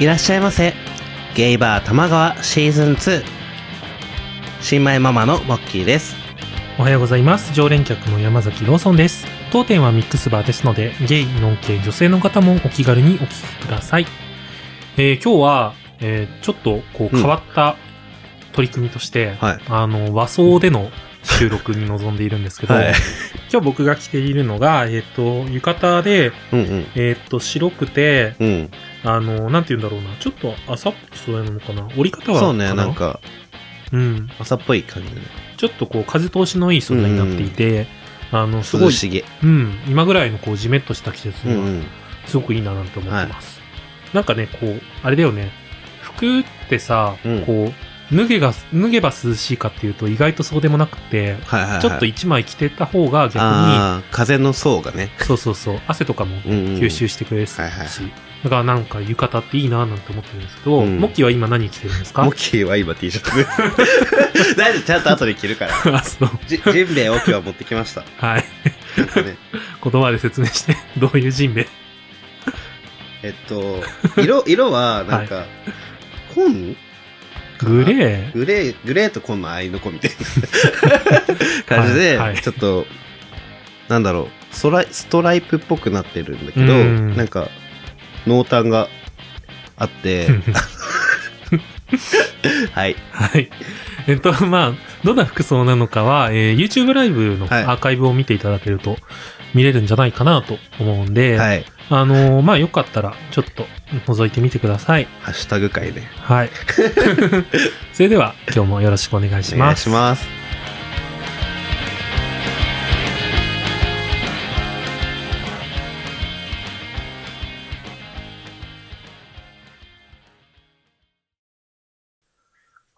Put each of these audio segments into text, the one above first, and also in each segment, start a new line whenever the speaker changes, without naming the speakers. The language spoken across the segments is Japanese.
いらっしゃいませゲイバー玉川シーズン2新米ママのモッキーです
おはようございます。常連客の山崎ローソンです。当店はミックスバーですので、ゲイ、ノン系、女性の方もお気軽にお聞きください。えー今日は、えーちょっとこう
うん
変わった取り組みとして、
はい
あの、和装での収録に臨んでいるんですけど、
はい
今日僕が着ているのが、えっ、と、浴衣で、
うんうん
えっ、と、白くて、
うん
あの、なんて言うんだろうな、ちょっと朝っぽい素材なのかな折り方は
そうねなん
か
か
な。うん。
朝っぽい感じで
ちょっとこう風通しのいい素材になっていて、あの、すご
涼
い、
しげ
うん、今ぐらいのこうジメッとした季節
うんう
が
ん
すごくいいななんて思ってます。なんかね、こう、あれだよね、服ってさ、
うん
こう、脱げが、脱げば涼しいかっていうと意外とそうでもなくて、
はいはいはい
ちょっと一枚着てた方が逆に、
ああ風の層がね
そうそうそう、汗とかも
うんうん
吸収してくれるし、
はいはいはい
だからなんか浴衣っていいななんて思ってるんですけど、
うん
モッキーは今何着てるんですか
モッキーは今 T シャツです 大丈夫ちゃんと後で着るから
あそう。
ジジンベエを今日は持ってきました
はい。
なんかね
言葉で説明して、どういう人名
えっと色色はなんか紺
グレー
グレー、グレーと紺の合いの子みたい な感じで、
はいはい
ちょっと、なんだろう、ストライ、ストライプっぽくなってるんだけど、
うん
なんか、濃淡があって、 はい。
はい。えっと、まあ、どんな服装なのかは、えー YouTube ライブのア
はい
ーカイブを見ていただけると見れるんじゃないかなと思うんで、
はい。
あのーまあ、よかったら、ちょっと覗いてみてください。
ハッシュタグ会で、ね、
はい。 それでは、今日もよろしくお願いし
お願
ま
いし
す。
ます。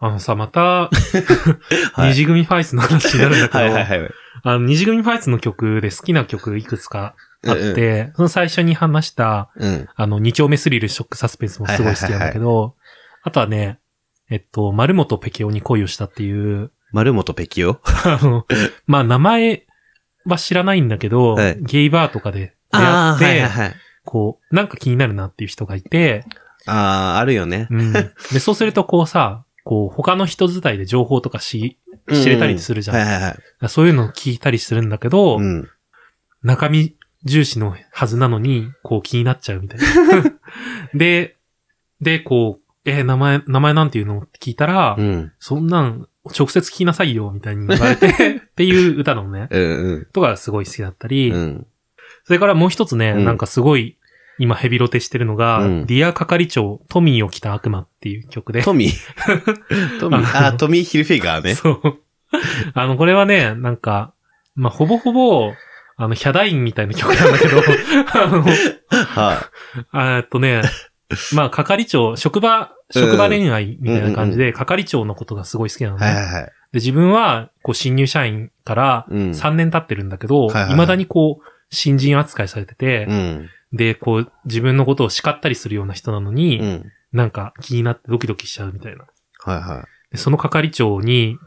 あのさ、また、
はい
二次組ファイスの話になるんだけど、
はいはいはい。
あの、二次組ファイスの曲で好きな曲いくつかあって、
うん
その最初に話した、
うん、うん。
あの、二丁目スリル、ショック、サスペンスもすごい好きなんだけど、あとはね、えっと、丸本ペケオに恋をしたって いう、
丸本ペキオ
あの、まあ、名前は知らないんだけど、
はい
ゲイバーとかで出会
あ
っ
あ、
て、
はいはいはい。
こう、なんか気になるなっていう人がいて、
ああ、あるよね。
うん。で、そうするとこうさ、こう、他の人伝いで情報とかし、知れたりするじゃん
ううはいはいはい。
そういうのを聞いたりするんだけど、
うん。
中身重視のはずなのに、こう気になっちゃうみたいな。 で、で、こう、えー名前、名前なんていうのって聞いたら、
うん。
そんなん、直接聞きなさいよ、みたいに言 われて、っていう歌のね、
うんうん。
とかすごい好きだったり、
うん。
それからもう一つね、
うん
なんかすごい、今ヘビロテしてるのが、
うん
ディア係長、トミーを着た悪魔っていう曲で、
トミー。 トミー。ああー、トミー・ヒルフィガーね。
そう。あの、これはね、なんか、まあ、ほぼほぼ、あの、ヒャダインみたいな曲なんだ けど、あの、
は
あーっと ね、まあ、係長、職場、職場恋愛みたいな感じで、係長のことがすごい好きなの
い。
ね。
はい
で、
はいはい。
自分は、こう、新入社員から
うん
3年経ってるんだけど、
はいはいはい
未だにこう、新人扱いされてて、
うん。
で、こう、自分のことを叱ったりするような人なのに、
うん。
なんか気になってドキドキしちゃうみたいな。
はいは
で、その係長に、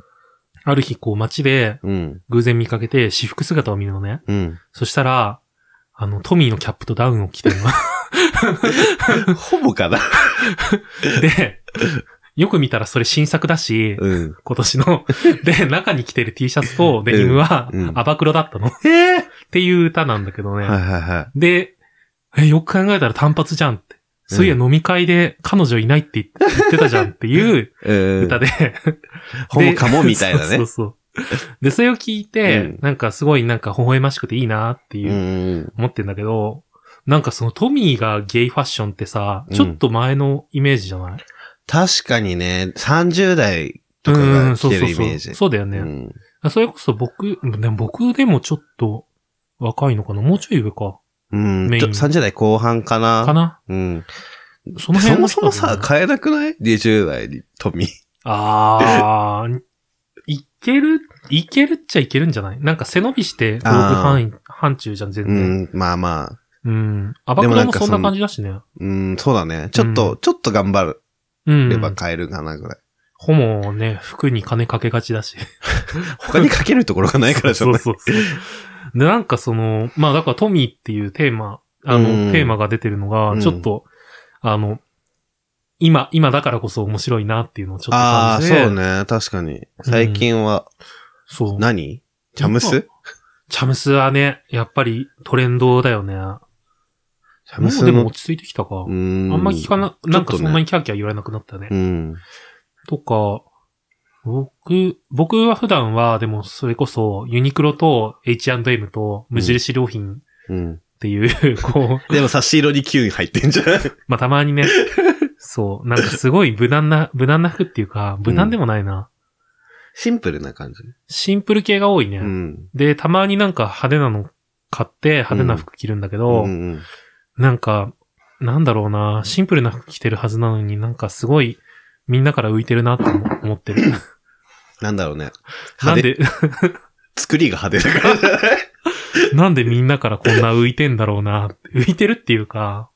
ある日こう街で
い。うん。
偶然見かけて、私服姿を見るのね。
うん。
そしたら、あの、トミーのキャップとダウンを着てるの。
ほぼかな。
で、よく見たらそれ新作だし、
うん。
今年の。で、中に着てる T シャツとデニムは
うんうん
アバクロだったの。
ええ
っていう歌なんだけどね。
はいはいは
で、えよく考えたら単発じゃんって。そういや飲み会で彼女いないって言って言ってたじゃんっていう
い。うん。
歌で。
ほぼかもみたいな
そ
ね
う。そうそう。で、それを聞いて、
うん
なんかすごいなんか微笑ましくていいなっていうう、
ん。
思ってんだけど、なんかそのトミーがゲイファッションってさ、
うん
ちょっと前のイメージじゃない、
確かにね、30代とか
う
が
ん、そ
来て
うそう
るイ
そ
メー
う。
ジ。
そうだよね。
うん
あそれこそ僕、でも僕でもちょっと若いのかなもうちょい上か。
うん。
メイン
ちょ30代後半かな。
かな
うん。
その
そ
辺の
も
人
そ
だよ
も
ね
さ、変えなくない ?20 代に、トミー。
あー、いける、いけるっちゃいけるんじゃないなんか背伸びして、ロープ範囲、範疇じゃん、全
う
然。
ん。まあまあ。
うん。アバ
で
ク
もな
ロ
ん
も
か
そん
そ
な
の
感じだしね。
うん、そうだね。ちょっと、
う
ちょっと頑張
う
れば
ん。
変えるかなぐらい。
ホモね、服に金かけがちだし。
他にかけるところがないからじゃ
そう
ない
そうそう。で、なんかその、まあだからトミーっていうテーマ、あの、
うん
テーマが出てるの
う
が、
ん
ちょっと、あの、今、今だからこそ面白いなっていうのをちょっと
あ
感
あ、
じ
そ
て。
うね。確かに。最近は
そう。
何、チャムス
チャムスはね、やっぱりトレンドだよね。
チャ
も
ムス
うでも
の。
落ち着いてきたか。
うーん
あんま聞かな、なんかそんなにキャーキャー言われなくなったね。
うん。
とか、僕、僕は普段は、でもそれこそ、ユニクロと H&M と無印良品
うん。
っていう、こう、
でも差し色に9位入ってんじゃん。
まあたま にね、そう、なんかすごい無難な、無難な服っていうか、無難でもないな。
シンプルな感じ。
シンプル系が多いね。
うん。
で、たまになんか派手なの買って派手な服着るんだけ
う
ど、
んうん
なんか、なんだろうな、シンプルな服着てるはずなのになんかすごい、みんなから浮いてるなって思 思ってる。
なんだろうね。
な
派
ん
手。
で、
作りが派手だ から。
なんでみんなからこんな浮いてんだろうなって。浮いてるっていうか、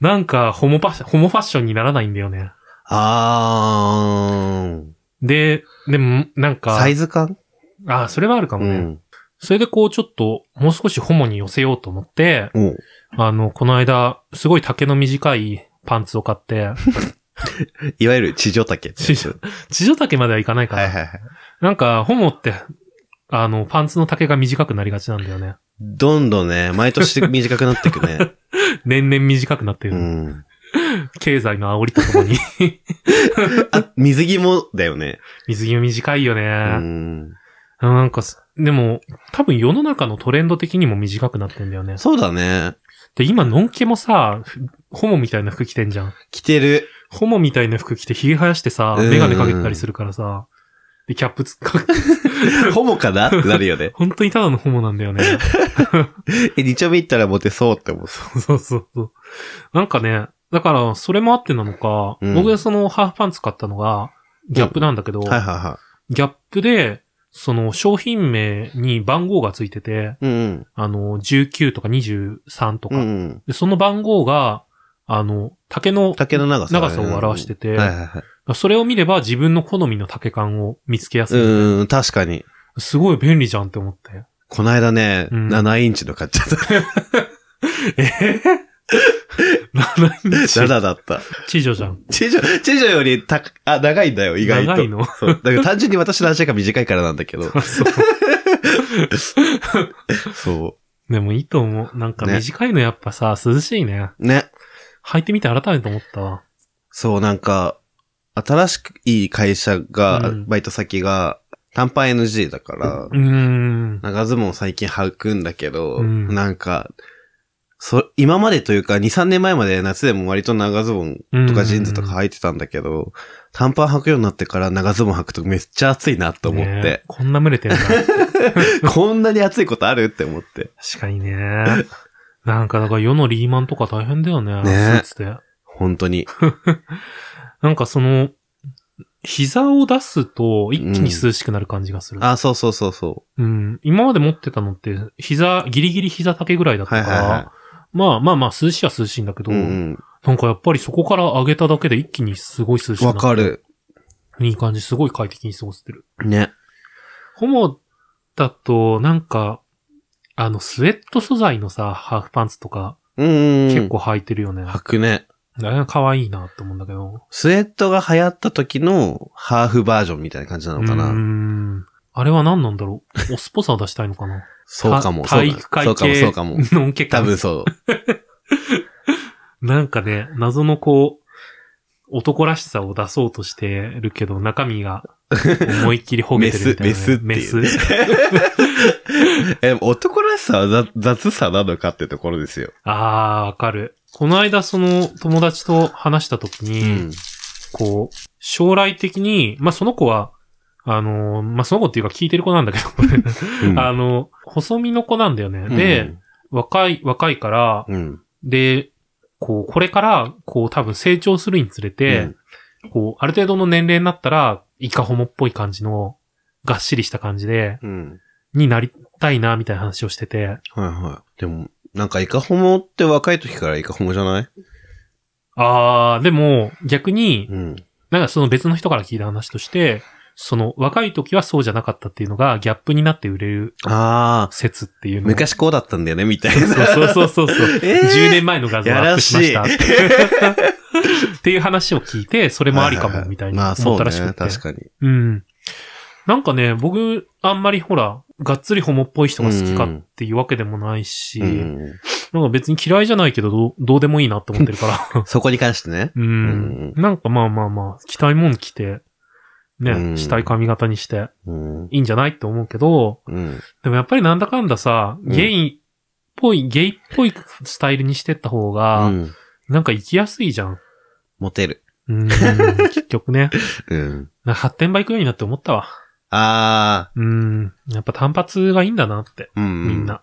なんか、ホモファッション、ホモファッションにならないんだよね。
あ
で、でも、な
ー。
ん
サ
か
イ、ズ感
あ、それはあるかも
う
ね。
ん。
それでこう、ちょっと、もう少しホモに寄せようと思って、
おう
あの、この間、すごい丈の短いパンツを買 って、
いわゆる地上丈ってやつ。
地上地上丈まではいかないから、
はいはいはい。
なんか、ホモって、あの、パンツの丈が短くなりがちなんだよね。
どんどんね、毎年短くなっていく ね。
年々短くなって
う
る。
ん。
経済の煽りとと もに。
あ、水着もだよね。
水着も短いよね。
うん。
なんかす、でも、多分世の中のトレンド的にも短くなってんだよね。
そうだね。
で、今、のんけもさ、ふホモみたいな服着てんじゃん。
着て る。
ホモみたいな服着て髭生やしてさ、
うん
メガネかけてたりするからさ、で、キャップつっか、。
ホモかなってなるよね
本当にただのホモなん だよね。
え、二丁目行ったらモテそうって思う。
そうそうそう。なんかね、だから、それもあってなのか、
うん
僕がそのハーフパンツ買ったのが、ギャップなんだけど、
はいはいは
ギャップで、その商品名に番号がついてて、
い。うん
あの、19とか23
う
とか、
ん。うんうん。
で、その番号が、あの、竹の
竹の長さ。
長さを表してて、
はいはいはい。
それを見れば自分の好みの竹感を見つけやすい。
うーん、確かに。
すごい便利じゃんって思って。
この間ね、
うん
7インチの買っちゃった。
えへ7
7だった。
地上じゃん。
チジョ、チジョより高、あ、長いんだよ、意外と。
長 いの
そう。だから単純に私の足が短いからなんだけど。
そう
そ
でもいいと思う。なんか
ね
短いのやっぱさ、涼しいね。
う。ね。
履いてみて改めて思ったわ。
そう、なんか、新しくいい会社が、
うん
バイト先が、短パン NG だから
う、ーん。
長ズボン最近履くんだけど、
うん
なんか、そ、今までというか、2、3年前まで夏でも割と長ズボンとかジーンズとか履いてたんだけど、短パン履くようになってから長ズボン履くとめっちゃ暑いなと思っ
ね
て
え、こんな群れてる んだ。
こんなに暑いことあるって思って。
確かにね。なんか、だから世のリーマンとか大変だよね。
ねえ
スーツで。
本当に。
なんかその、膝を出すと一気に涼しくなる感じがする。
あ、そうそうそうそ
うん。今まで持ってたのって、膝、ギリギリ膝丈ぐらいだったから、
はいはいはい
まあまあまあ涼しいは涼しいんだけ
う。
ど、
うん
なんかやっぱりそこから上げただけで一気にすごい涼
う
しく
ん。
な
わ
る。
かる。
いい感じ、すごい快適に過ごせてる。
ね。
ホモだと、なんか、あの、スウェット素材のさ、ハーフパンツとか、
うんうん。
結。構履いてるよね。
履くね。
あれが可愛いなって思うんだけど。
スウェットが流行った時のハーフバージョンみたいな感じなのか
うー
な。
ん。あれは何なんだろうオスっぽさを出したいのかな
そうかも。
た体育会
そうかも、
系
そうかも。そうかも
のんけ
多
感
分そう。
なんかね、謎のこう、男らしさを出そうとしてるけど、中身が思いっきりほげてるみたいな、ね。
メスメスっていう
メス。
え、男らしさは雑雑さなのかってところですよ。
あー、わかる。この間その友達と話した時に、
うん。
こう、将来的に、まあ、その子は、あのーまあ、その子っていうか聞いてる子なんだけ
う
ど、
ん
あの、細身の子なんだよね。で、、若い、若いから、
うん。
で、こう、これから、こう、多分成長するにつれて、
うん
こう、ある程度の年齢になったら、イカホモっぽい感じの、がっしりした感じで、
うん。
になりたいな、みたいな話をしてて、
はいはい。でも、なんかイカホモって若い時からイカホモじゃない
あー、でも、逆に、
うん。
なんかその別の人から聞いた話として、その、若い時はそうじゃなかったっていうのが、ギャップになって売れる
ああ、
説っていうのを。
昔こう だったんだよね、みたいな。
そうそうそうそうそう。
えー
10年前の画像をアップしました。 っていう話を聞いて、それもありかも、みたい
はははま
な
あそ
思っ
う
た
ね
らし
確
くて。
かに。
うん。なんかね、僕、あんまりほら、がっつりホモっぽい人が好きかっていうわけでもないし、
うん
なんか別に嫌いじゃないけどどう、どうでもいいなって思って るから。
そこに関してね。
うん。なんかまあまあまあ、着たいもん着て、
う
ね、
ん
したい髪型にして、
うん。
いいんじゃないって思うけど、
うん。
でもやっぱりなんだかんださ、
うん
ゲイっぽい、ゲイっぽいスタイルにしてった方が、
うん
なんか生きやすいじゃん。
モテる。
うん、結局ね。
うん。
な発展場行くようになって思ったわ。
あ
うん。やっぱ単発がいいんだなって、
ー。うん。
みん。な。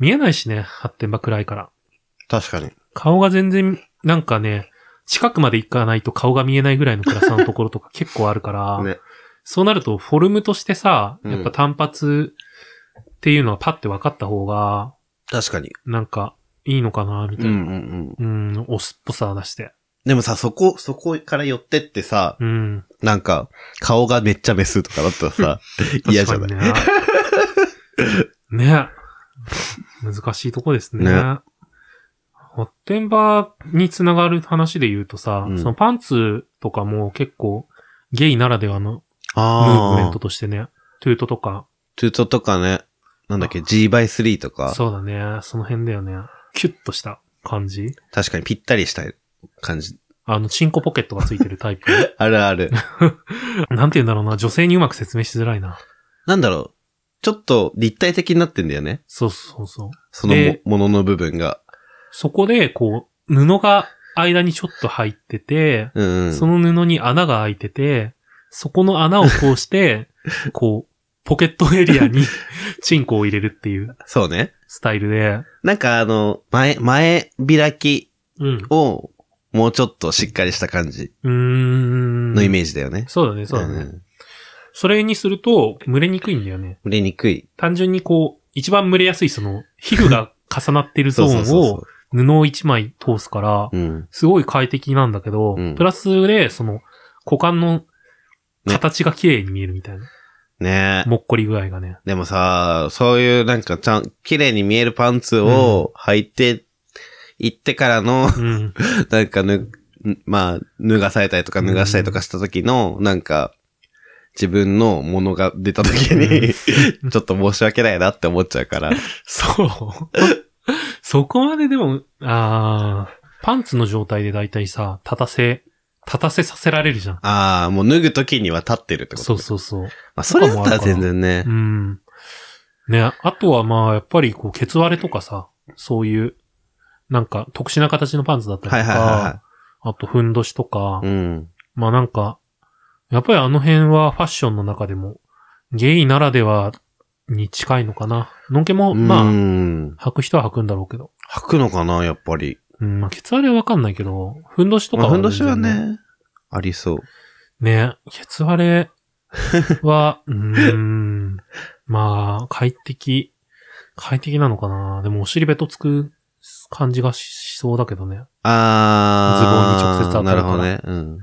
見えないしね、発展場暗いから。
確かに。
顔が全然、なんかね、近くまで行かないと顔が見えないぐらいの暗さのところとか 結構あるから、
ね。
そうなるとフォルムとしてさ、
うん
やっぱ単発っていうのはパッて分かった方が、
確かに。
なんかいいのかな、みた
う
い
んう
な。
んうん。
うん、オスっぽさ出して。
でもさ、そこ、そこから寄ってってさ、
うん。
なんか、顔がめっちゃメスとかだったらさ、 嫌じゃない
確かにね。ね。難しいとこですね。
ね
発展場につながる話で言うとさ、
うん
そのパンツとかも結構ゲイならではのムーブメン
あ
ト
あ。
としてね、トゥートとか、
トゥートとかね、なんだっけ、G by 3とか、
そうだね、その辺だよね。キュッとした感じ
確かにぴったりしたい感じ。
あの、チンコポケットがついてるタイ プ。
あるある。
なんて言うんだろうな、女性にうまく説明しづらいな。
なんだろう。ちょっと立体的になってんだよね。
そうそうそう。
そのも
で
ものの部分が。
そこで、こう、布が間にちょっと入ってて、
うんうん。
その布に穴が開いてて、そこの穴をこうして、 こう、ポケットエリアに チンコを入れるっていう
そうね。
スタイルで、
なんかあの、前、前開き
うん。
を、もうちょっとしっかりした感じ
うーん。
のイメージだよね。
そうだね、そうだね。
ん。
それにすると、蒸れにくいんだよね。
売れにくい。
単純にこう、一番蒸れやすいその、皮膚が重なってるゾ
そうそう
ー
そう
ン
そ
を布を一枚通すから
う。、うん。
すごい快適なんだけど
う、ん
プラスで、その、股間の形が綺麗に見えるみたいな。
ねえ。
もっこり具合がね。
でもさ、そういうなんかちゃん、綺麗に見えるパンツを履いて、行ってからの、
うん。
なんかぬ、まあ、脱がされたりとか脱がしたりとかした時の、なんか、自分のものが出た時に、 ちょっと申し訳ないなって思っちゃうから。
そう。そこまででも、あーパンツの状態で大体さ、立たせ、立たせさせられるじゃん。
ああ、もう脱ぐ時には立ってるってこと
そう
う。
そうそう。
まあ、それだったら全然ね
う。ん。ね、あとはまあ、やっぱりこう、ケツ割れとかさ、そういう、なんか特殊な形のパンツだったり
はい
と
はいは
か、あとふんどしとか
いはい。う、ん。
まあなんか、やっぱりあの辺はファッションの中でも、ゲイならではに近いのかな。のんけも、
う
ま
ん。
あ、履く人は履くんだろうけど。
履くのかな、やっぱり。
うん、まあ、ケツ割れはわかんないけど、ふんどしとか
まあ、
は、
ふんどしは。ね、ありそう。
ね、ケツ割れ は、うーん、まあ、快適、快適なのかな。でも、お尻べとつく感じがししそうだけどね。
ああ。
ズボンに直接当たるか
なるほ
ら
どね。うん。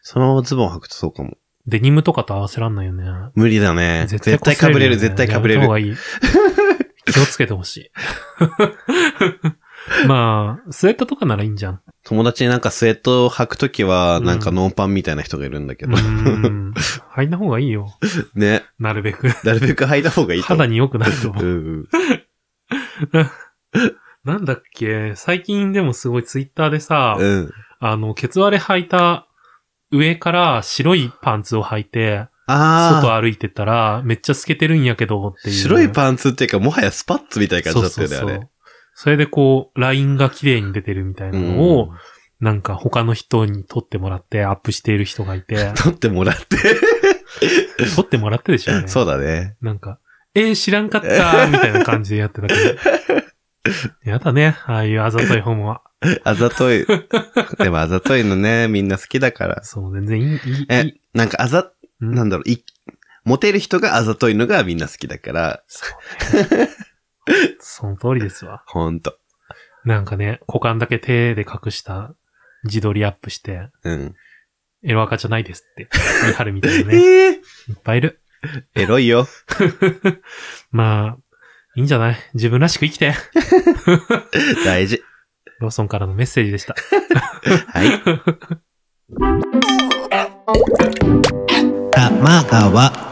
そのままズボン履くとそうかも。
デニムとかと合わせらんないよね。
無理だね。絶対
擦
かぶれ
よ
る、
ね
絶対かぶれ
やめた
る
方。がいい。 気をつけてほしい。 まあ、スウェットとかならいいんじゃん。
友達になんかスウェットを履くときは、
うん
なんかノーパンみたいな人がいるんだけ
う
ど。
ーん。履いた方がいいよ。
ね。
なるべく。
なるべく履いた方がいいと思
肌
う。
に良く なると思う
う。ん
なんだっけ、最近でもすごいツイッターでさ、
うん。うん。
あの、ケツ割れ履いた上から白いパンツを履いて、
あ
外歩いてたら、めっちゃ透けてるんやけどって
あ。
いう。
白いパンツっていうか、もはやスパッツみたいな感じだったよね、あ
そうそうそ
れ
う。それでこう、ラインが綺麗に出てるみたいな
うん
のを、なんか他の人に撮ってもらってアップしている人が
、
いて
撮ってもらって。
撮ってもらってでしょうね。
そうだね。
なんか、えー、知らんかったーみたいな感じでやってた けど。やだね、ああいうあざといホモは。
あざとい。でもあざといのね、みんな好きだから。
そう、全然いい、いい、い
え
い、
なんかあざ、
うん
なんだろう、い、モテる人があざといのがみんな好きだから、
その通りですわ。
ほんと。
なんかね、股間だけ手で隠した自撮りアップして、
うん。
エロ赤じゃないですって言い張るみたいな ね。いっ
ええ
ぱいいる。
エロいよ。
まあ、いいんじゃない自分らしく生きて。
大事。
ローソンからのメッセージでした。
はい。玉川